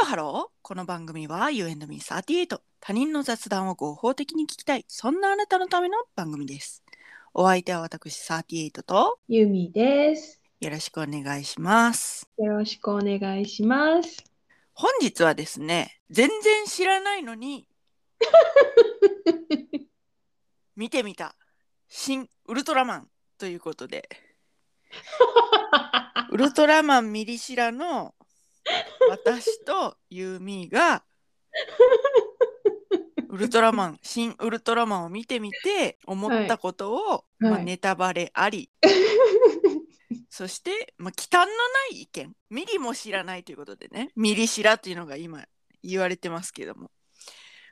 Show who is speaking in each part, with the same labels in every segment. Speaker 1: ロハローこの番組は You and me38 他人の雑談を合法的に聞きたいそんなあなたのための番組ですお相手は私38と
Speaker 2: ゆみです。
Speaker 1: よろしくお願いします
Speaker 2: よろしくお願いします。
Speaker 1: 本日はですね全然知らないのに見てみた新ウルトラマンということ でウルトラマンミリシラの私とユーミーがウルトラ マン新ウルトラマンを見てみて思ったことを、
Speaker 2: いはい
Speaker 1: まあ、ネタバレあり、そして、まあ、忌憚のない意見ミリも知らないということでねミリシラっていうのが今言われてますけども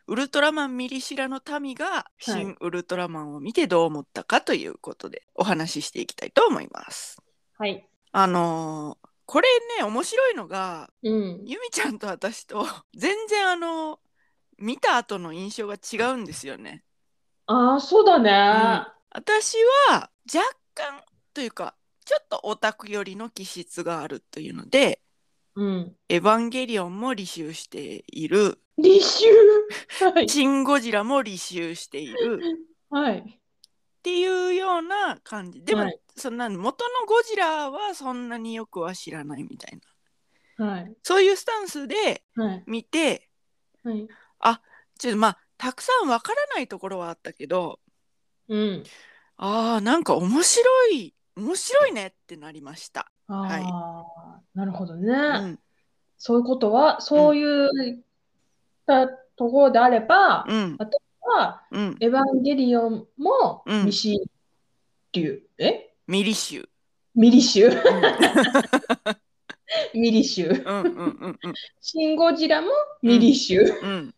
Speaker 1: ウルトラマンミリシラの民が新ウルトラマンを見てどう思ったかということでお話ししていきたいと思います。
Speaker 2: はい。
Speaker 1: あのーこれね面白いのが
Speaker 2: うん。
Speaker 1: ゆみちゃんと私と全然あの見た後の印象が違うんですよね。
Speaker 2: ああ、そうだね。
Speaker 1: 私は若干というかちょっとオタク寄りの気質があるというので
Speaker 2: うん。
Speaker 1: 「エヴァンゲリオン」も履修している
Speaker 2: 履修。は
Speaker 1: 「
Speaker 2: い
Speaker 1: シン・ゴジラ」も履修しているっ
Speaker 2: はい。
Speaker 1: ていうような感じでも、
Speaker 2: はい
Speaker 1: そんな元のゴジラはそんなによくは知らないみたいな
Speaker 2: はい。
Speaker 1: そういうスタンスで
Speaker 2: はい。
Speaker 1: 見て
Speaker 2: はい。
Speaker 1: ちょっとまあたくさんわからないところはあったけど
Speaker 2: うん。
Speaker 1: あーなんか面白い面白いねってなりました。
Speaker 2: あ
Speaker 1: はい
Speaker 2: あ、なるほど
Speaker 1: う
Speaker 2: ね。
Speaker 1: ん
Speaker 2: そういうことは、そういうたところであれば、
Speaker 1: うん
Speaker 2: は
Speaker 1: うん、
Speaker 2: エヴァンゲリオンも
Speaker 1: うん
Speaker 2: ミシ流、え
Speaker 1: ミリ集。
Speaker 2: ミリ州
Speaker 1: う
Speaker 2: ミリ州。
Speaker 1: んうんうんうん
Speaker 2: シン・ゴジラもミリ州。
Speaker 1: うん。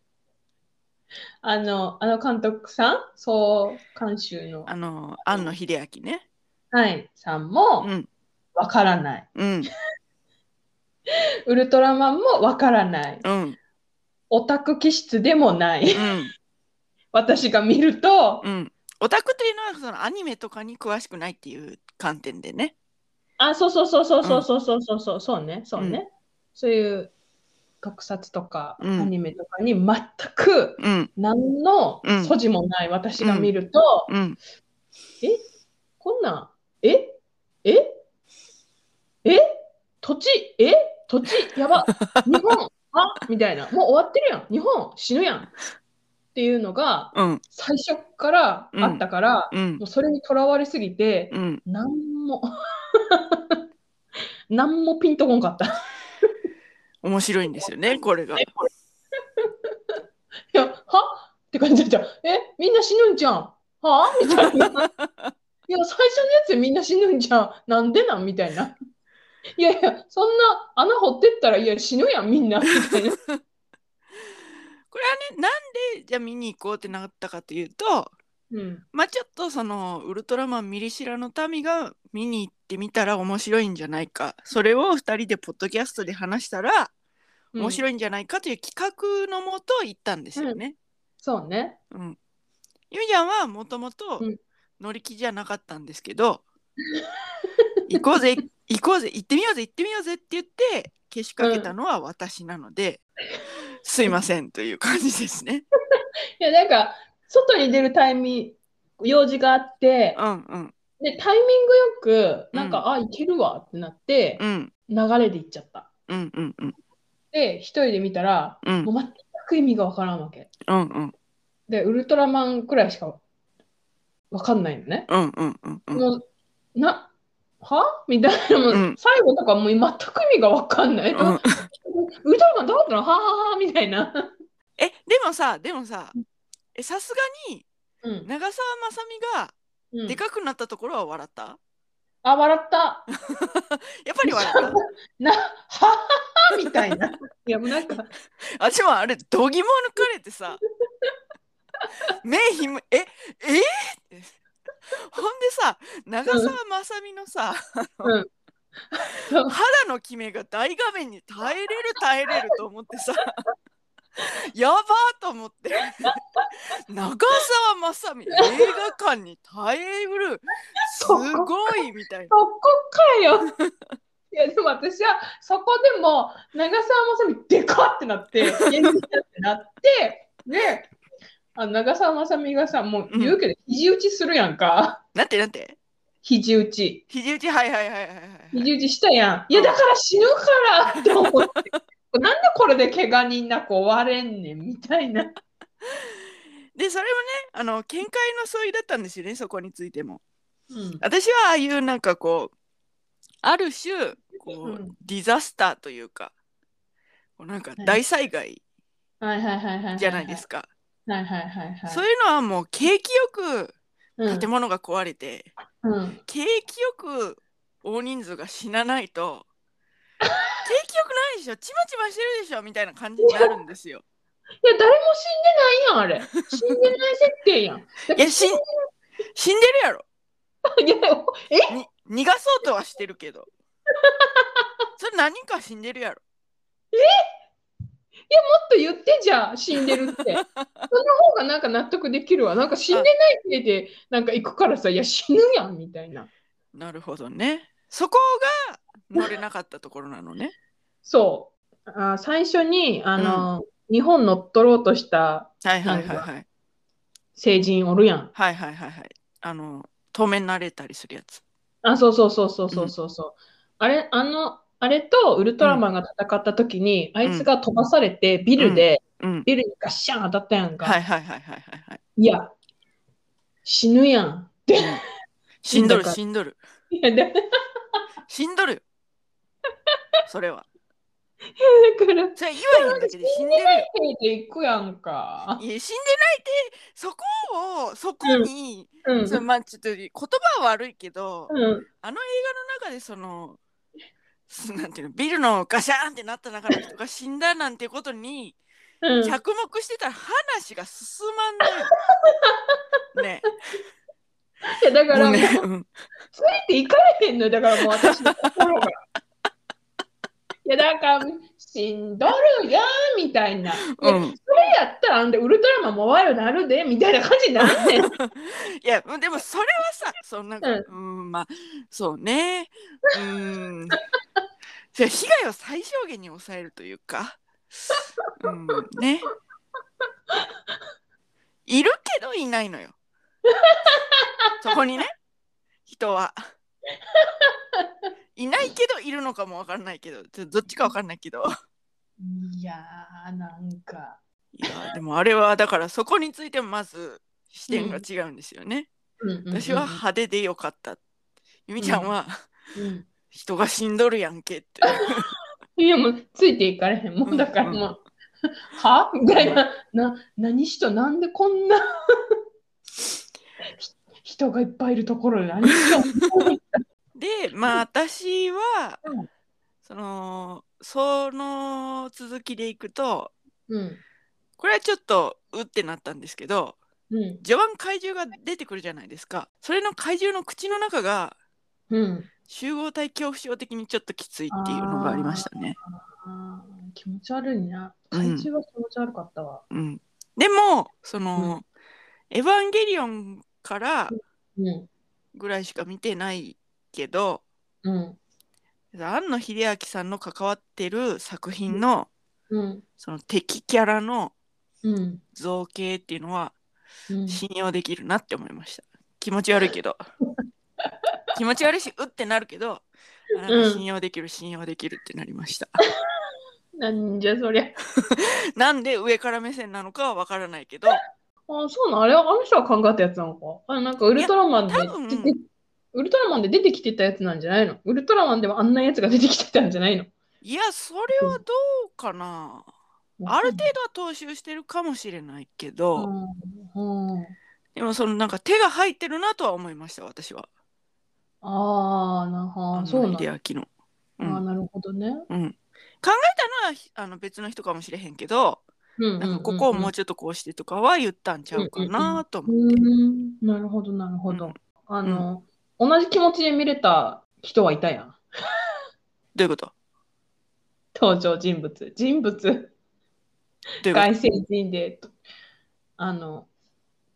Speaker 2: あの、あの監督さん、そう、監修の、
Speaker 1: あの、庵野秀明ね。
Speaker 2: はい、さん
Speaker 1: う
Speaker 2: も
Speaker 1: ん
Speaker 2: わからない。
Speaker 1: うん
Speaker 2: ウルトラマンもわからない。
Speaker 1: うん
Speaker 2: オタク気質でもない。
Speaker 1: うん
Speaker 2: 私が見ると、
Speaker 1: うん。オタクというのはそのアニメとかに詳しくないっていう観点でね。
Speaker 2: あ、そうそうそうそうそうそうそうそうそう、そうね、そうね。そういう特撮とかア
Speaker 1: うん
Speaker 2: ニメとかに全く
Speaker 1: うん
Speaker 2: 何の
Speaker 1: うん
Speaker 2: 素地もない私が見ると、
Speaker 1: うん
Speaker 2: こんなん、えええ土地、え土地、やば、日本、あみたいな、もう終わってるやん、日本、死ぬやんっていうのが、
Speaker 1: うん
Speaker 2: 最初からあったから、
Speaker 1: うん
Speaker 2: もうそれにとらわれすぎて、
Speaker 1: うん。
Speaker 2: なんも、 なんもピンとこんかった。
Speaker 1: 面白いんですよね、これが。
Speaker 2: いや、はって感じだった。えみんな死ぬんじゃん。はみたいな。いや、最初のやつみんな死ぬんじゃん。なんでなんみたいな。いやいや、そんな穴掘ってったら、いや、死ぬやん、みんな。みたいな。
Speaker 1: これはね、なんでじゃあ見に行こうってなったかというと、
Speaker 2: うん。
Speaker 1: まあちょっとそのウルトラマンミリシラの民が見に行ってみたら面白いんじゃないかそれを2人でポッドキャストで話したら面
Speaker 2: い。
Speaker 1: 白いんじゃないかという企画のもと行ったんですよね。
Speaker 2: そうね。
Speaker 1: うんゆみちゃんはもともと
Speaker 2: うん
Speaker 1: 乗り気じゃなかったんですけ ど、行こうぜ行こうぜ行ってみようぜ行ってみようぜって言ってけしかけたのは私なので、すいませんという感じですね。
Speaker 2: いや、なんか、外に出るタイミング、用事があって、
Speaker 1: うんうん
Speaker 2: で、タイミングよく、なんか、あ、いけるわってなって
Speaker 1: う、ん
Speaker 2: 流れで行っちゃった。
Speaker 1: うんうんうん
Speaker 2: で、一人で見たら、
Speaker 1: うん
Speaker 2: もう全く意味がわからんわけ。
Speaker 1: うんうん
Speaker 2: で、ウルトラマンくらいしかわかんないのね。
Speaker 1: うんうんうんうん
Speaker 2: もう、な、はみたいな、もう
Speaker 1: うん
Speaker 2: 最後とかもう全く意味がわかんない。
Speaker 1: うん
Speaker 2: ウルトラマンどうだったのはあはあはあみたいな。
Speaker 1: えでもさでもさ
Speaker 2: う
Speaker 1: えさすがに
Speaker 2: うん。
Speaker 1: 長澤まさみが
Speaker 2: うん
Speaker 1: でかくなったところは笑った、
Speaker 2: あ、笑った。
Speaker 1: やっぱり笑った
Speaker 2: な、はあはあはあみた いな。いや、もうなんか、
Speaker 1: 私もあれ度肝を抜かれてさ目ひむええってほんでさ長澤まさみのさ
Speaker 2: うん。そう
Speaker 1: 肌のキメが大画面に耐えれる耐えれると思ってさやばーと思って長澤まさみ映画館に耐えうるす
Speaker 2: そこ
Speaker 1: ごいみたいな
Speaker 2: そこかよ。いやでも私はそこでも長澤まさみでかってなって元気だってなってであ長澤まさみがさもう言うけど肘打ちするやんか、
Speaker 1: なんてなんて
Speaker 2: 肘打ち
Speaker 1: 肘打ちはいはいはいはいはいはい。
Speaker 2: 肘打ちしたやんいやだから死ぬからって 思ってなんでこれで怪我人なく終われんねんみたいな
Speaker 1: でそれもねあの見解の相違だったんですよねそこについても。
Speaker 2: うん
Speaker 1: 私はああいうなんかこうある種こう、
Speaker 2: うん
Speaker 1: ディザスターというかこうなんか
Speaker 2: はい
Speaker 1: 大災害
Speaker 2: はいはいはいはい
Speaker 1: じゃないです
Speaker 2: か
Speaker 1: か、
Speaker 2: はいはいはいはい
Speaker 1: そういうのはもう景気よ
Speaker 2: う
Speaker 1: く
Speaker 2: ん
Speaker 1: 建物が壊れて、
Speaker 2: うん
Speaker 1: 景気よく大人数が死なない と景気よくないでしょちまちましてるでしょみたいな感じになるん ですよ。
Speaker 2: いや、誰も死んでないやん、あれ。死んでない設定やん。
Speaker 1: いや死ん死んでるやろ
Speaker 2: いやえ
Speaker 1: に逃がそうとはしてるけどそれ何人か死んでるやろ
Speaker 2: と言ってじゃあ死んでる って。その方がなんか納得できるわ。なんか死んでない体でなんか行くからさ、いや死ぬやんみたいな。
Speaker 1: なるほどねそこが乗れなかったところなのね
Speaker 2: そう。あ最初にあの、日本乗っ取ろうとした
Speaker 1: はいはいはいはい
Speaker 2: 成人おるやん。
Speaker 1: はいはいはいはいあの透明になれたりするやつ
Speaker 2: あ、そうそうそうそうそうそうそう。あれ、あの、あれとウルトラマンが戦った時に、あいつが飛ばされてビルで、
Speaker 1: うん
Speaker 2: ビルにガッシャン当たったやんか。
Speaker 1: はいはいはいはいはいはい
Speaker 2: いや、死ぬやん。
Speaker 1: 死んどる
Speaker 2: 死んだか
Speaker 1: 死んどる
Speaker 2: いやだだ
Speaker 1: 死んどるよそれは
Speaker 2: から、
Speaker 1: それは言わへんだけで死んでるよ
Speaker 2: 手で行くやんか。
Speaker 1: いや死んでないってそこをそこに、
Speaker 2: うん。
Speaker 1: それまあちょっと言葉は悪いけど、
Speaker 2: う
Speaker 1: あ
Speaker 2: ん、
Speaker 1: の映画の中でそのすなんていうのビルのガシャーンってなった中の人が死んだなんてことに
Speaker 2: うん、
Speaker 1: 着目してたら話が進まんのよ。ね
Speaker 2: いや だから、
Speaker 1: もう
Speaker 2: もうつ
Speaker 1: ね
Speaker 2: い
Speaker 1: うん
Speaker 2: ていかれへんのよだからもう私の 心が。いやだからしんどるやんみたいな。いうや
Speaker 1: ん、
Speaker 2: それやったらあんでウルトラマンもわよなるでみたいな感じになるねん。
Speaker 1: いやでもそれはさそんなうん、まあそうねうんじゃあ被害を最小限に抑えるというか、うん、ねいるけどいないのよそこにね人 はいないけどいるのかもわからないけどちょどっちかわからないけど
Speaker 2: いやーなんか。
Speaker 1: いやでもあれはだからそこについてもまず視点が違うんですよね、
Speaker 2: うんうんうん
Speaker 1: 私は派手でよかった。ゆみちゃんは、
Speaker 2: うん
Speaker 1: 人が死んどるやんけって。
Speaker 2: いやもうついていかれへんもんだからもう、
Speaker 1: うんう
Speaker 2: はみたいなな何しとなんでこんな ひ人がいっぱいいるところで何しとん
Speaker 1: で、まあ私は、
Speaker 2: うん
Speaker 1: その、その続きでいくと、
Speaker 2: うん
Speaker 1: これはちょっとうってなったんですけど、
Speaker 2: うん
Speaker 1: 序盤怪獣が出てくるじゃないですか。それの怪獣の口の中が
Speaker 2: うん
Speaker 1: 集合体恐怖症的にちょっときついっていうのがありましたね。
Speaker 2: あー気持ち悪いな
Speaker 1: うん
Speaker 2: 体重は気持ち悪かったわ、
Speaker 1: うん。でも、その、エヴァンゲリオンから
Speaker 2: うん、うん
Speaker 1: ぐらいしか見てないけど、
Speaker 2: うん
Speaker 1: 庵野秀明さんの関わってる作品の
Speaker 2: うん
Speaker 1: その敵キャラの
Speaker 2: うん
Speaker 1: 造形っていうのは
Speaker 2: うん
Speaker 1: 信用できるなって思いました気持ち悪いけ ど気持ち悪いしうってなるけどあなんか信用できる信用できるってなりました、
Speaker 2: なんじゃそりゃ
Speaker 1: なんで上から目線なのかはわからないけど
Speaker 2: あそうなんあれはあの人が考えたやつなのかあなんかウルトラマンで
Speaker 1: いや多分
Speaker 2: 出てウルトラマンで出てきてたやつなんじゃないのウルトラマンでもあんなやつが出てきてたんじゃないの
Speaker 1: いやそれはどうかなある程度は踏襲してるかもしれないけど、
Speaker 2: うんうん
Speaker 1: でもそのなんか手が入ってるなとは思いました私は
Speaker 2: あーなあ
Speaker 1: 庵
Speaker 2: そうなん
Speaker 1: 野
Speaker 2: だ
Speaker 1: 秀明の。う
Speaker 2: あ
Speaker 1: ん
Speaker 2: ーなるほどね。
Speaker 1: うん、考えたのはひあの別の人かもしれへんけど、
Speaker 2: うん
Speaker 1: なんかここをもうちょっとこうしてとかは言ったんちゃうかなと思
Speaker 2: うん
Speaker 1: って、
Speaker 2: うんなるほどなるほど。
Speaker 1: うん
Speaker 2: あの、同じ気持ちで見れた人はいたやん。
Speaker 1: どういうこと
Speaker 2: 登場人物人物
Speaker 1: どういうこと
Speaker 2: 外星人であの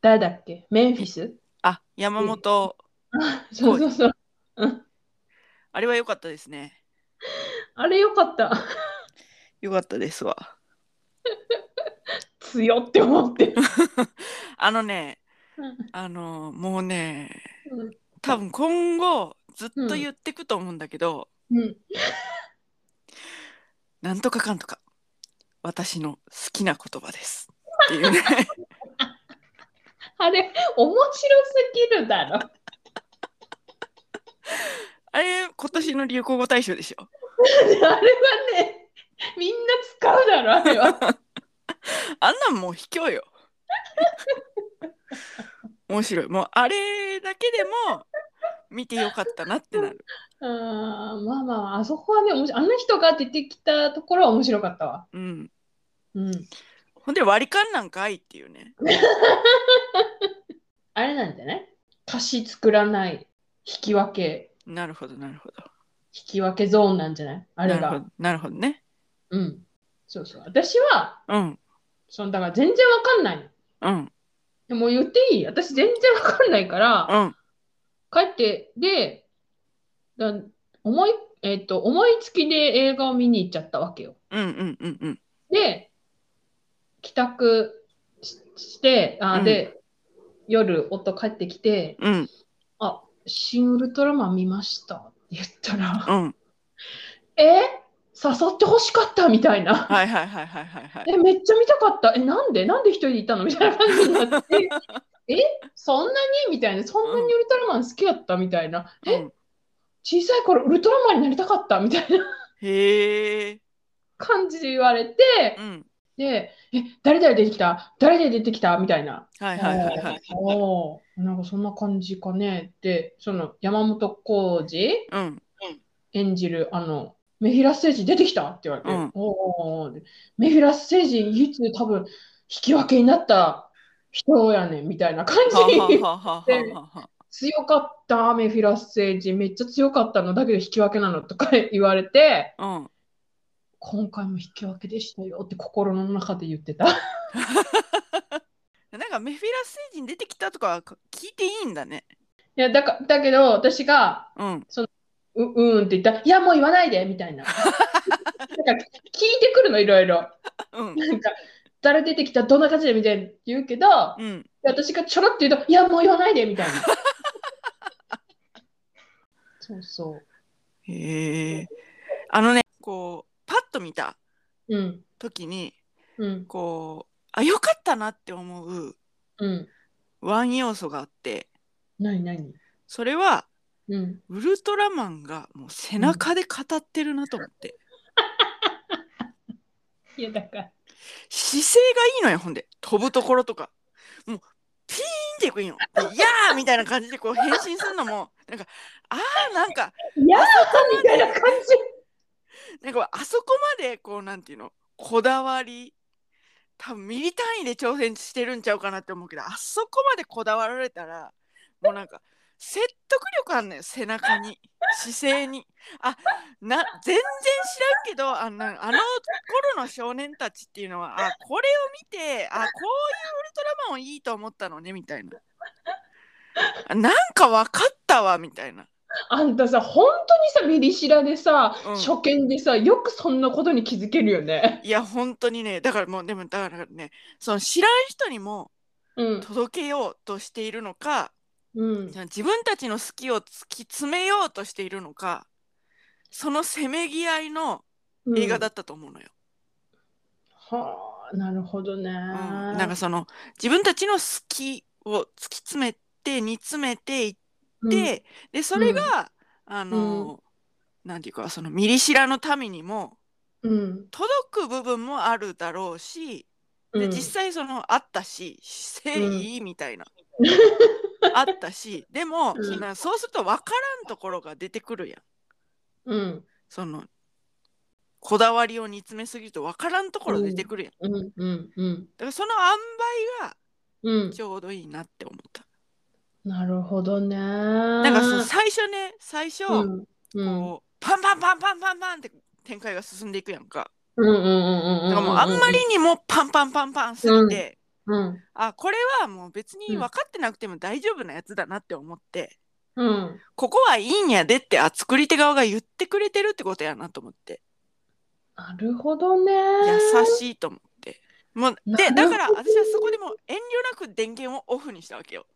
Speaker 2: 誰だっけメンフィス
Speaker 1: あ山本
Speaker 2: そうそうそう。うん
Speaker 1: あれは良かったですね
Speaker 2: あれよかった。
Speaker 1: よかったですわ。
Speaker 2: 強って思って。
Speaker 1: あのね、
Speaker 2: うん
Speaker 1: あのもうね、
Speaker 2: うん
Speaker 1: 多分今後ずっと言ってくと思うんだけど、
Speaker 2: うん。
Speaker 1: なんとかかんとか、私の好きな言葉です。っていうね。
Speaker 2: あれ、面白すぎるだろ。
Speaker 1: あれ、今年の流行語大賞でしょ。
Speaker 2: あれはね、みんな使うだろ、あ れは。
Speaker 1: あんなんもう卑怯よ。 面白い。もうあれだけでも見てよかったなってなる。
Speaker 2: あーまあまあ、あそこはね、面白いあの人が出てきたところは面白かったわ。
Speaker 1: うん。
Speaker 2: うん。
Speaker 1: ほんで割り勘なんかいっていうね。
Speaker 2: あれなんじゃない貸し作らない引き分け、
Speaker 1: なるほど、なるほど。
Speaker 2: 引き分けゾーンなんじゃないあれ
Speaker 1: なる
Speaker 2: が
Speaker 1: ほ。どなるほどね。
Speaker 2: うん。そうそう。私は、
Speaker 1: うん、
Speaker 2: そのだから全然わかんないの
Speaker 1: うん、
Speaker 2: でもう言っていい私全然わかんないから、
Speaker 1: うん、
Speaker 2: 帰って、で、だ思い、えっと、思いつきで映画を見に行っちゃったわけよ。
Speaker 1: うん、うん、うん、うん。
Speaker 2: で、帰宅しして、あ
Speaker 1: うん
Speaker 2: で、夜、夫帰ってきて、
Speaker 1: うん、
Speaker 2: あ、新ウルトラマン見ましたって言ったら、
Speaker 1: うん。
Speaker 2: え誘ってほしかったみたいな。
Speaker 1: はいはいはいはいはいはい。
Speaker 2: え、めっちゃ見たかった。え、なんでなんで一人で行ったのみたいな感じにな って、え、そんなにみたいな。そんなにウルトラマン好きだったみたいな。え、
Speaker 1: うん、
Speaker 2: 小さい頃ウルトラマンになりたかったみたいな
Speaker 1: へえ。
Speaker 2: 感じで言われて、
Speaker 1: うん。
Speaker 2: で、え、誰々出てきた誰々出てきたみたいな。
Speaker 1: はいはいはいはい。
Speaker 2: おーおーなんかそんな感じかねって、その山本浩二
Speaker 1: うん、
Speaker 2: 演じる、あの、メフィラス星人出てきたって言われて、
Speaker 1: うん
Speaker 2: おーメフィラス星人唯一多分引き分けになった人やねんみたいな感じ
Speaker 1: はあはあはあはあはあはあ。
Speaker 2: 強かったメフィラス星人めっちゃ強かったのだけど引き分けなのとか言われて
Speaker 1: うん。
Speaker 2: 今回も引き分けでしたよって心の中で言ってた
Speaker 1: なんかメフィラス星人出てきたとか聞いていいんだね。
Speaker 2: いやだかだけど私が
Speaker 1: うん。
Speaker 2: ううーんって言ったらいやもう言わないでみたいななんか聞いてくるのいろいろ
Speaker 1: うん。
Speaker 2: なんか誰出てきたどんな感じでみたいな言うけど
Speaker 1: うん。
Speaker 2: 私がちょろっと言うといやもう言わないでみたいな そうそ
Speaker 1: へえ。あのね、こう、パッと見た
Speaker 2: ううん
Speaker 1: 時に、
Speaker 2: うん
Speaker 1: こう、あ、よかったなって思う
Speaker 2: うん
Speaker 1: ワン要素があって、
Speaker 2: 何何
Speaker 1: それは、
Speaker 2: うん
Speaker 1: ウルトラマンがもう背中で語ってるなと思って、
Speaker 2: いやだから
Speaker 1: 姿勢がいいのよほんで飛ぶところとかもうピーンっていくんよ「いやー!」みたいな感じでこう変身するのもなんかあーなんか
Speaker 2: いやーみたいな感
Speaker 1: なんかあそこまでこうなんていうのこだわり多分ミリ単位で挑戦してるんちゃうかなって思うけどあそこまでこだわられたらもうなんか説得力あんのよ背中に姿勢にあな全然知らんけどあなあの頃の少年たちっていうのはあこれを見てあこういうウルトラマンをいいと思ったのねみたいなあなんか分かったわみたいな
Speaker 2: じ。あんたさ、本当にさ、ミリシラでさ、
Speaker 1: うん
Speaker 2: 初見でさ、よくそんなことに気づけるよね。
Speaker 1: いや本当にねだからもうでもだからねその知らん人にも
Speaker 2: うん。
Speaker 1: 届けようとしているのか
Speaker 2: うん
Speaker 1: そ。の自分たちの好きを突き詰めようとしているのかそのせめぎ合いの映画だったと思うのよ。
Speaker 2: はあ、なるほどね。
Speaker 1: うんなんかその自分たちの好きを突き詰めて煮詰めていって、でそれが、あの、なんていうかそのミリシラの民にも
Speaker 2: うん、
Speaker 1: 届く部分もあるだろうし、
Speaker 2: うん。
Speaker 1: で
Speaker 2: うん
Speaker 1: 実際そのあったし誠意みたいな、あったしでも、
Speaker 2: うん
Speaker 1: なそうすると分からんところが出てくるやん
Speaker 2: うん。
Speaker 1: そのこだわりを煮詰めすぎると分からんところ出てくるやん、
Speaker 2: うん。うん。うん。
Speaker 1: だからその塩梅
Speaker 2: うん
Speaker 1: が。ちょうどいいなって思った、
Speaker 2: なるほどね。
Speaker 1: なんかその最初ね最初、
Speaker 2: う
Speaker 1: こ
Speaker 2: ん。
Speaker 1: う
Speaker 2: うん。
Speaker 1: パンパンパンパンパンパンって展開が進んでいくやんか
Speaker 2: うん。うん。うん。
Speaker 1: だからもうあんまり。にもパンパンパンパンすぎて、
Speaker 2: うん。
Speaker 1: あこれはもう別に分かってなくても大丈夫なやつだなって思って、
Speaker 2: うん。
Speaker 1: ここはいいんやでってあ作り手側が言ってくれてるってことやなと思って
Speaker 2: なるほどね。
Speaker 1: 優しいと思って。もうで
Speaker 2: なる
Speaker 1: だ
Speaker 2: ほど
Speaker 1: から私はそこでもう遠慮なく電源をオフにしたわけよ。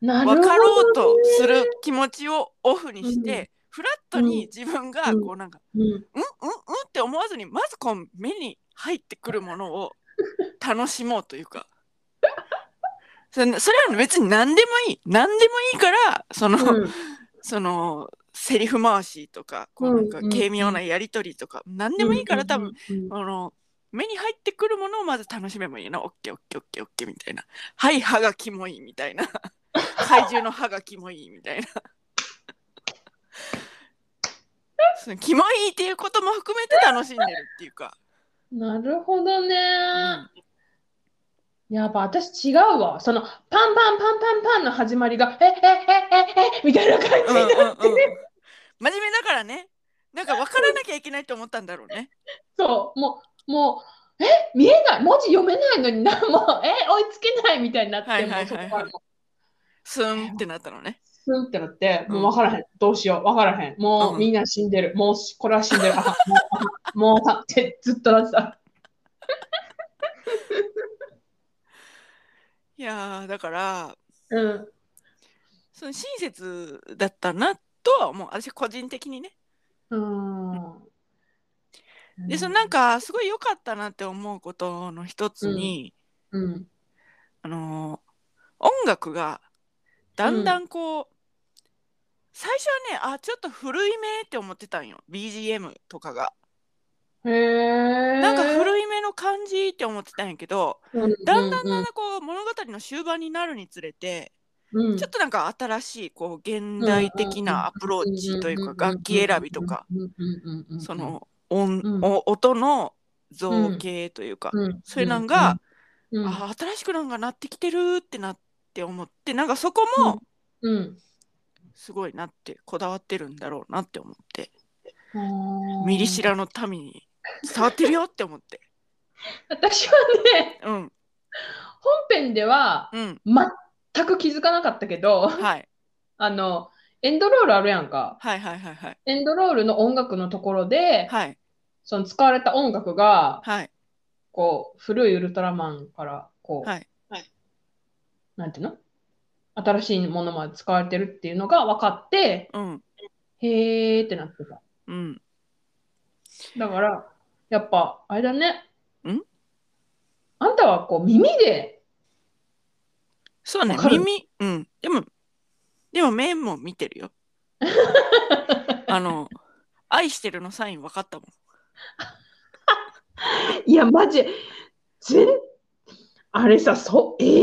Speaker 2: なるほ
Speaker 1: 分
Speaker 2: ど
Speaker 1: かろうと
Speaker 2: ね
Speaker 1: する気持ちをオフにして、
Speaker 2: う
Speaker 1: フラットに自分が
Speaker 2: うん
Speaker 1: こうなんか、
Speaker 2: うん
Speaker 1: うん、うんうんって思わずにまずこう目に入ってくるもの を楽しもうというか。それそれは別に何でもいい何でもいいからその、
Speaker 2: うん
Speaker 1: そのセリフ回しとかこうなんか
Speaker 2: うんうん
Speaker 1: 軽妙なやり取りとか、何でもいいから多分、
Speaker 2: うんうん
Speaker 1: あの目に入ってくるものをまず楽しめばいいな。オッケーオッケーオッケーオッケーみたいな。はい、歯がキモいみたい な。怪獣の歯がキモいみたいな。そのキモいっていうことも含めて楽しんでるっていうか。
Speaker 2: うんなるほどね。
Speaker 1: うん
Speaker 2: やっぱ私違うわ。そのパンパンパンパンパンの始まりが、えええええみたいな感
Speaker 1: う
Speaker 2: じ
Speaker 1: んうんうん
Speaker 2: になって
Speaker 1: 真面目だからね。なんか分からなきゃいけないと思ったんだろうね。
Speaker 2: そう、もう、もう、え、見えない、文字読めないのにな、もう、え、追いつけないみたいになって、
Speaker 1: はい
Speaker 2: も
Speaker 1: はいう
Speaker 2: そこ
Speaker 1: はい
Speaker 2: か
Speaker 1: はい
Speaker 2: らもう、
Speaker 1: スーンってなったのね。
Speaker 2: スンってなって、
Speaker 1: うん
Speaker 2: もう分からへん、どうしよう、分からへん、もう、
Speaker 1: うん
Speaker 2: みんな死んでる、もうし、これは死んでる、あかんもうあかん、もうあかんってずっとなってた。
Speaker 1: いやーだから
Speaker 2: うん、
Speaker 1: その親切だったなとは思う私個人的にね。
Speaker 2: うん。
Speaker 1: でそのなん、かすごい良かったなって思うことの一つに、
Speaker 2: うん、
Speaker 1: あのー音楽がだんだんこう、最初はねあちょっと古いめって思ってたんよ BGM とかが
Speaker 2: へえ。
Speaker 1: なんか古いめの感じって思ってたんやけど、
Speaker 2: うん
Speaker 1: だんだんだんだんこう物語の終盤になるにつれて、
Speaker 2: うん、
Speaker 1: ちょっとなんか新しいこう現代的なアプローチというか、楽器選びとか、
Speaker 2: うんうんうんうんうん、
Speaker 1: その音,、
Speaker 2: うん
Speaker 1: 音の造形というか、
Speaker 2: うん、
Speaker 1: そういうのが、
Speaker 2: うん、うん、
Speaker 1: あ新しくなんかなってきてるってなって思ってなんかそこも
Speaker 2: うん、
Speaker 1: すごいなってこだわってるんだろうなって思って、
Speaker 2: あー
Speaker 1: ミリシラの民に伝わってるよって思って
Speaker 2: 私はね、
Speaker 1: うん
Speaker 2: 本編では
Speaker 1: うん
Speaker 2: 全く気づかなかったけど、
Speaker 1: はい
Speaker 2: あの、エンドロールあるやんか。
Speaker 1: はいはいはいはい
Speaker 2: エンドロールの音楽のところで、
Speaker 1: はい
Speaker 2: その使われた音楽が、
Speaker 1: はい
Speaker 2: こう、古いウルトラマンから、こう、
Speaker 1: はい
Speaker 2: なんていうの新しいものまで使われてるっていうのが分かって、
Speaker 1: うん
Speaker 2: へーってなってた。
Speaker 1: うん
Speaker 2: だから、やっぱ、あれだね。
Speaker 1: ん
Speaker 2: あんたはこう、耳で、
Speaker 1: そうね
Speaker 2: わかる
Speaker 1: 耳うんでもでも目も見てる よあの「愛してる」のサイン分かったもん
Speaker 2: いや、マジ、全、あれさ、そう、えー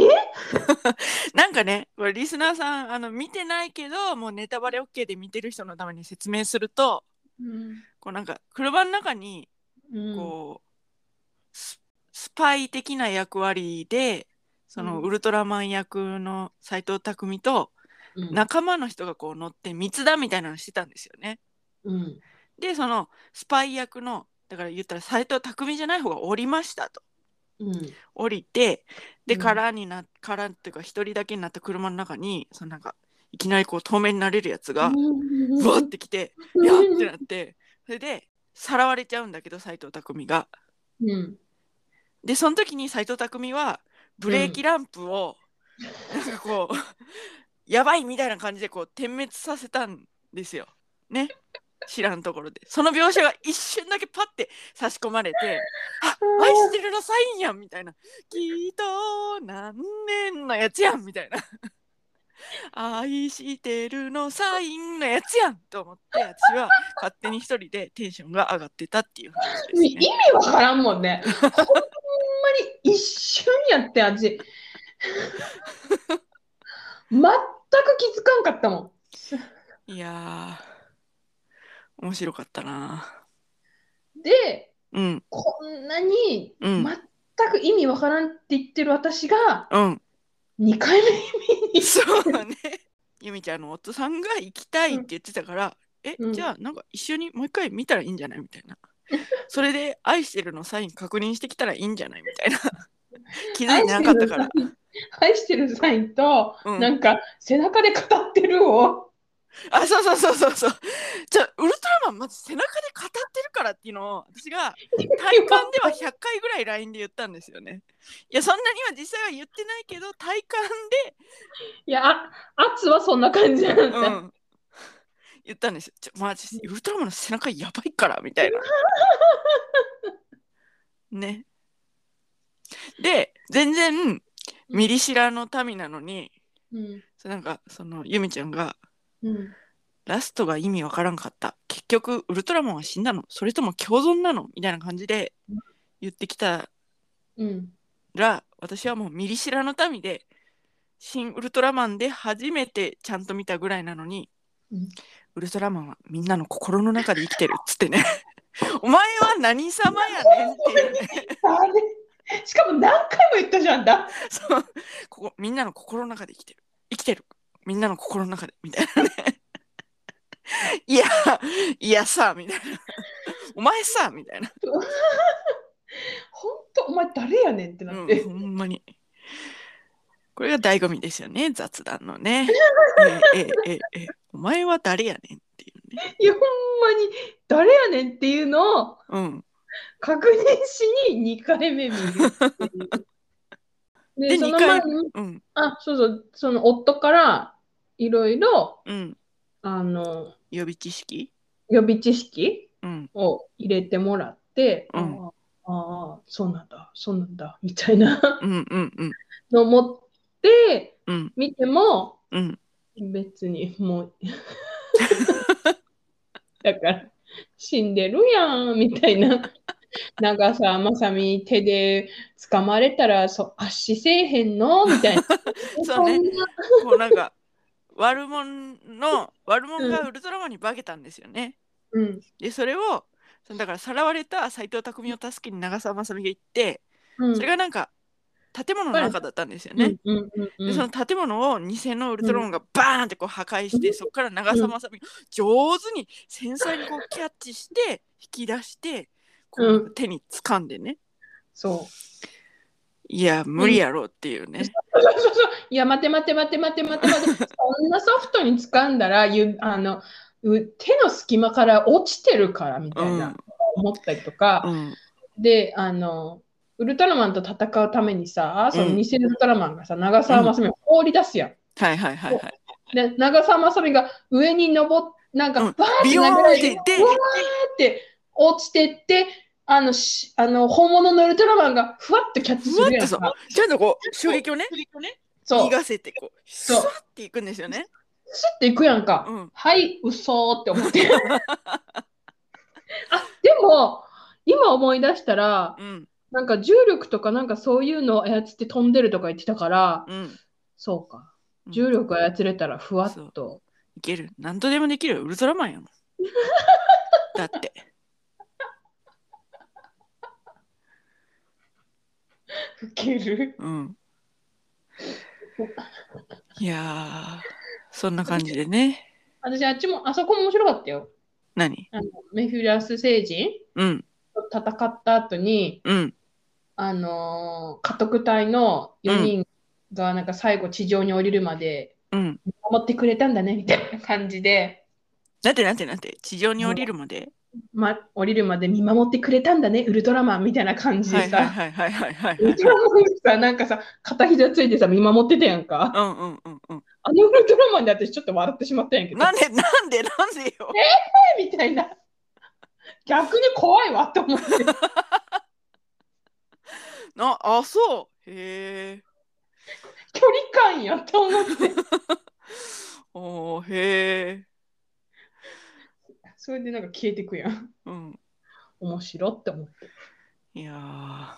Speaker 1: なんかねこれリスナーさんあの見てないけどもうネタバレ OK で見てる人のために説明するとこうなんか車の中に
Speaker 2: うん
Speaker 1: こう、ススパイ的な役割でその
Speaker 2: うん
Speaker 1: ウルトラマン役の斎藤工と
Speaker 2: うん
Speaker 1: 仲間の人がこう乗って密談みたいなのしてたんですよね。
Speaker 2: うん
Speaker 1: でそのスパイ役のだから言ったら斎藤工じゃない方が降りましたと
Speaker 2: うん
Speaker 1: 降りてで
Speaker 2: うん
Speaker 1: 空にな空っていうか一人だけになった車の中にそのなんかいきなりこう透明になれるやつが
Speaker 2: うん
Speaker 1: うわってきて「やっ!」ってなってそれでさらわれちゃうんだけど斎藤工が。
Speaker 2: うん
Speaker 1: でその時に斎藤工はブレーキランプを、なんかこう やばいみたいな感じでこう点滅させたんですよ。ね知らんところでその描写が一瞬だけパッて差し込まれて「あ
Speaker 2: うん
Speaker 1: 愛してるのサインやん」みたいな「きっと何年のやつやん」みたいな 「愛してるのサインのやつやん」と思って私は勝手に一人でテンションが上がってたっていう話です、ね。
Speaker 2: 意味わからんもんね。ほんまに一瞬やってあ っち。全く気づかんかったもん。
Speaker 1: いやー、面白かったな。
Speaker 2: で、
Speaker 1: うん、
Speaker 2: こんなに
Speaker 1: う
Speaker 2: 全
Speaker 1: ん
Speaker 2: く意味わからんって言ってる私が
Speaker 1: うん。
Speaker 2: 2回目に。
Speaker 1: そうだね。ゆみちゃんの夫さんが行きたいって言ってたから、
Speaker 2: う
Speaker 1: え、
Speaker 2: ん
Speaker 1: じゃあなんか一緒にもう一回見たらいいんじゃないみたいな。それで愛してるのサイン確認してきたらいいんじゃないみ たいな。気づいてなかったから。
Speaker 2: 愛してるサイン愛してるサインと、
Speaker 1: うん
Speaker 2: なんか背中で語ってるを
Speaker 1: あそうそうそうそうそうじゃあウルトラマンまず背中で語ってるからっていうのを私が体感 では100回ぐらい LINE で言ったんですよねいやそんなには実際は言ってないけど体感
Speaker 2: いや、あ圧はそんな感じなんです
Speaker 1: で、う
Speaker 2: ね。
Speaker 1: ん、 言ったんですよちょマジウルトラマンの背中やばいからみた いなねで全然ミリシラの民なのに
Speaker 2: うん。
Speaker 1: そうなんかそのユミちゃんが
Speaker 2: うん。
Speaker 1: ラストが意味わからんかった結局ウルトラマンは死んだのそれとも共存なのみたいな感じで言ってきた
Speaker 2: うん。
Speaker 1: ら私はもうミリシラの民で「新ウルトラマン」で初めてちゃんと見たぐらいなのに、
Speaker 2: うん
Speaker 1: ウルトラマンはみんなの心の中で生きてるっつってね お前は何様やねんっていう ね
Speaker 2: あれしかも何回も言ったじゃんだ。
Speaker 1: そうここみんなの心の中で生きてる生きてるみんなの心の中でみたい なねいやいやさみたいなお前さみたいな、
Speaker 2: ほんと、お前誰やねんってなっ
Speaker 1: うん、
Speaker 2: て。
Speaker 1: ほんまにこれが醍醐味ですよね雑談のねええええええお前は誰やねんっていうね
Speaker 2: いや、ほんまに誰やねんっていうのを
Speaker 1: うん
Speaker 2: 確認しに2回目見るっ ていう。
Speaker 1: で
Speaker 2: で、その
Speaker 1: 二回
Speaker 2: 前に、
Speaker 1: うん
Speaker 2: あ、そうそう、その夫からいろいろ、
Speaker 1: うん
Speaker 2: あの、
Speaker 1: 予備知識
Speaker 2: 予備知識
Speaker 1: うん
Speaker 2: を入れてもらって、
Speaker 1: うん
Speaker 2: ああ、そうなんだ、そうなんだ、みたいな。
Speaker 1: うんうんうん
Speaker 2: の持って
Speaker 1: うん
Speaker 2: 見ても
Speaker 1: うん
Speaker 2: 別にもう だから死んでるやんみたいな長澤まさみ手で掴まれたらそ圧死せえへんのみたいな
Speaker 1: そうね
Speaker 2: んな
Speaker 1: こうなんか悪者の悪者がウルトラマンに化けたんですよね、
Speaker 2: うん
Speaker 1: でそれをそのだからさらわれた斎藤工を助けに長澤まさみが行って
Speaker 2: うん
Speaker 1: それがなんか建物の中だったんですよね。
Speaker 2: うんうんうんうん
Speaker 1: でその建物を偽のウルトラマンがバーンってこう破壊して、そこから長澤まさみが上手に繊細にこうキャッチして引き出してこ
Speaker 2: う
Speaker 1: う手に掴んでね、
Speaker 2: そう
Speaker 1: いや無理やろうっていうね、
Speaker 2: そうそうそういや待て待て待て待て待て待てそんなソフトに掴んだらゆあのう手の隙間から落ちてるからみたいな、
Speaker 1: うん
Speaker 2: 思ったりとか、
Speaker 1: うん
Speaker 2: であのウルトラマンと戦うためにさその
Speaker 1: うん
Speaker 2: 偽ウルトラマンがさ長澤まさみを放り出すやん。
Speaker 1: はいはいはいはい
Speaker 2: で長澤まさみが上に登っなんか
Speaker 1: う
Speaker 2: バ
Speaker 1: ん
Speaker 2: ーって
Speaker 1: ビヨーン
Speaker 2: 流
Speaker 1: っ
Speaker 2: れ
Speaker 1: て
Speaker 2: て
Speaker 1: いっ
Speaker 2: わ
Speaker 1: て
Speaker 2: ーって落ちてってあのしあの本物のウルトラマンがふわっとキャッチ
Speaker 1: ふ
Speaker 2: す
Speaker 1: わっ
Speaker 2: るや
Speaker 1: と
Speaker 2: ん
Speaker 1: そう
Speaker 2: か。
Speaker 1: ちゃんとこう衝撃をね
Speaker 2: そう
Speaker 1: 逃
Speaker 2: ス
Speaker 1: がせてこうス
Speaker 2: そう
Speaker 1: ワッていくんですよね。
Speaker 2: ッていくやんか。
Speaker 1: うん、
Speaker 2: はい嘘ーって思って あでも今思い出したら
Speaker 1: うん、
Speaker 2: なんか重力とかなんかそういうのを操って飛んでるとか言ってたから、
Speaker 1: うん
Speaker 2: そうか。
Speaker 1: うん
Speaker 2: 重力が操れたらふわっと。
Speaker 1: いける。何とでもできるよ。ウルトラマンやも ん。だって。
Speaker 2: いける。
Speaker 1: うん。いやー、そんな感じでね。
Speaker 2: 私、あっちも、あそこも面白かったよ。
Speaker 1: 何
Speaker 2: あのメフィラス星人
Speaker 1: うん、
Speaker 2: と戦った後に、
Speaker 1: うん、
Speaker 2: あのー家督隊の4人がなんか最後地上に降りるまで
Speaker 1: うん。
Speaker 2: 守ってくれたんだねみたいな感じで、
Speaker 1: なんてなんてなんて、地上に降りるまで。
Speaker 2: ま、降りるまで見守ってくれたんだねウルトラマンみたいな感じ
Speaker 1: は
Speaker 2: で
Speaker 1: い
Speaker 2: さ、
Speaker 1: はいはいはいはいはい。
Speaker 2: ウルトラマンがさなんかさ片膝ついてさ見守ってたやんか、
Speaker 1: うんうんうんう
Speaker 2: あのウルトラマンで私ちょっと笑ってしまったんやけ
Speaker 1: ん。
Speaker 2: ど
Speaker 1: なんでなんでなんでよ。
Speaker 2: みたいな。逆に怖いわと思って。
Speaker 1: なあ、そう。へえ。
Speaker 2: 距離感やと思って。
Speaker 1: おーへえ。
Speaker 2: それでなんか消えてく やん。
Speaker 1: うん。
Speaker 2: 面白って思って。
Speaker 1: いやー。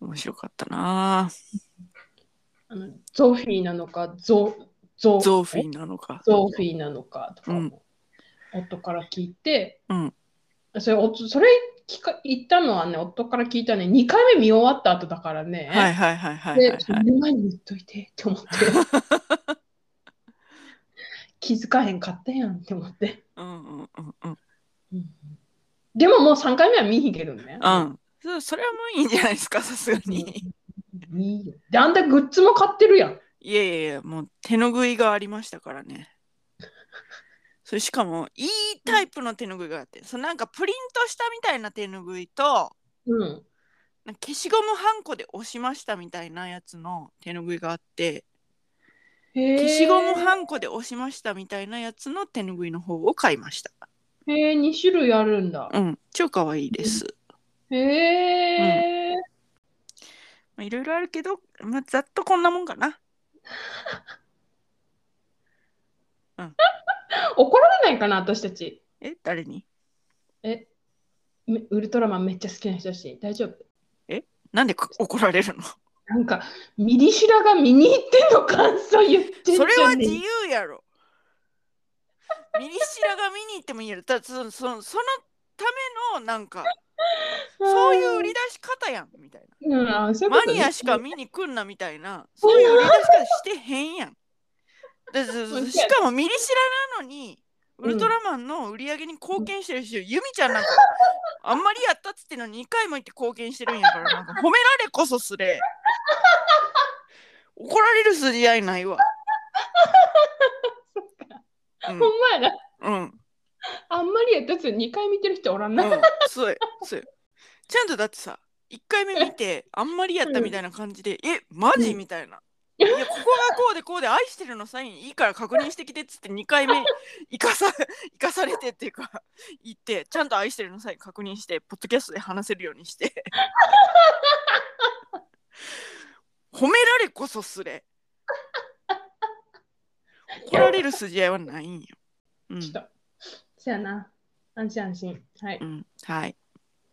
Speaker 1: 面白かったなー
Speaker 2: あのゾフィーなのか、ゾゾ
Speaker 1: ゾーフィーなのか。
Speaker 2: ゾフィーなのかとか
Speaker 1: うん
Speaker 2: も、夫から聞いて、
Speaker 1: うん
Speaker 2: それおそれ聞か言ったのはね、夫から聞いたね、2回目見終わった後だからね。
Speaker 1: はいはいはいはいはい、
Speaker 2: で、そ
Speaker 1: はい。
Speaker 2: の前に言っといてって 思って。気づかへんかったやんって思って。
Speaker 1: うんうんうんうん。
Speaker 2: でももう3回目は見ひんけどね。
Speaker 1: うん。そそれはもういいんじゃないですか、さすがに。
Speaker 2: いいよ。で、あんたグッズも買ってるやん。
Speaker 1: いやいやいや、もう手ぬぐいがありましたからね。それしかも、いいタイプの手ぬぐいがあって、そのなんかプリントしたみたいな手ぬぐいと、
Speaker 2: うん。
Speaker 1: なんか消しゴムはんこで押しましたみたいなやつの手ぬぐいがあって、
Speaker 2: へー
Speaker 1: 消しゴムはんこで押しましたみたいなやつの手ぬぐいの方を買いました。
Speaker 2: へえ、2種類あるんだ。
Speaker 1: うん、超可愛いです。
Speaker 2: へえ、
Speaker 1: まあいろいろあるけど、まあ、ざっとこんなもんかな。
Speaker 2: 怒られないかな、私たち。
Speaker 1: え、誰に
Speaker 2: え、めウルトラマンめっちゃ好きな人だし、大丈夫。
Speaker 1: なんでこ怒られるの
Speaker 2: なんか、ミリシラが見に行ってんの感想言ってんじ
Speaker 1: そ
Speaker 2: ゃん
Speaker 1: れは自由やろ。 ミリシラが見に行ってもいいやろ。だそのそのそのためのなんか、そういう売り出し方やんみたいな。
Speaker 2: うんあーそういうこ
Speaker 1: マ
Speaker 2: とね
Speaker 1: ニアしか見に来んなみたいな、そういう売り出し方してへんやん。だずずずしかもミリシラなのに、ウルトラマンの売り上げに貢献してるし、ユミちゃんなんか、あんまりやったっつってんのに2回も言って貢献してるんやから、なんか褒められこそすれ。怒られる筋合いないわ。うん
Speaker 2: ほんまやな。
Speaker 1: うん。
Speaker 2: あんまりやったやつ2回見てる人おらんな。
Speaker 1: うん、そうやそうやちゃんとだってさ1回目見 てあんまりやったみたいな感じで「えマジ?」みたいな「いやここがこうでこうで愛してるのサインいいから確認してきて」っつって2回目 生かさ生かされてっていうか言ってちゃんと愛してるのサイン確認してポッドキャストで話せるようにして 褒められこそすれ怒られる筋合いはないんよ、うん。
Speaker 2: ちょっと。そやな。安心安心。はいう
Speaker 1: ん、はい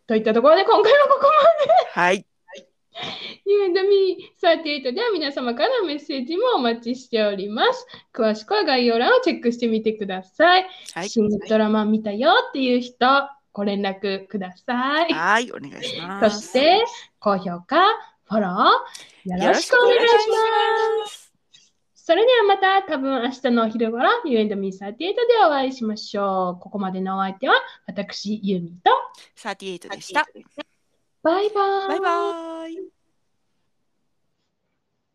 Speaker 2: といったところで今回はここま
Speaker 1: はい
Speaker 2: で。You and me38 では皆様からのメッセージもお待ちしております。詳しくは概要欄をチェックしてみてください。
Speaker 1: はい
Speaker 2: 新ドラマ見たよっていう人、ご連絡ください。
Speaker 1: はい、お願いしま
Speaker 2: そ
Speaker 1: す。
Speaker 2: して、高評価、フォロー、よろしくお願いします。
Speaker 1: す。
Speaker 2: それではまた多分明日のお昼頃、You and me38 でお会いしましょう。ここまでのお相手は、私、ユーミンと、
Speaker 1: 38でした。
Speaker 2: バイバーイ。
Speaker 1: バイバーイ。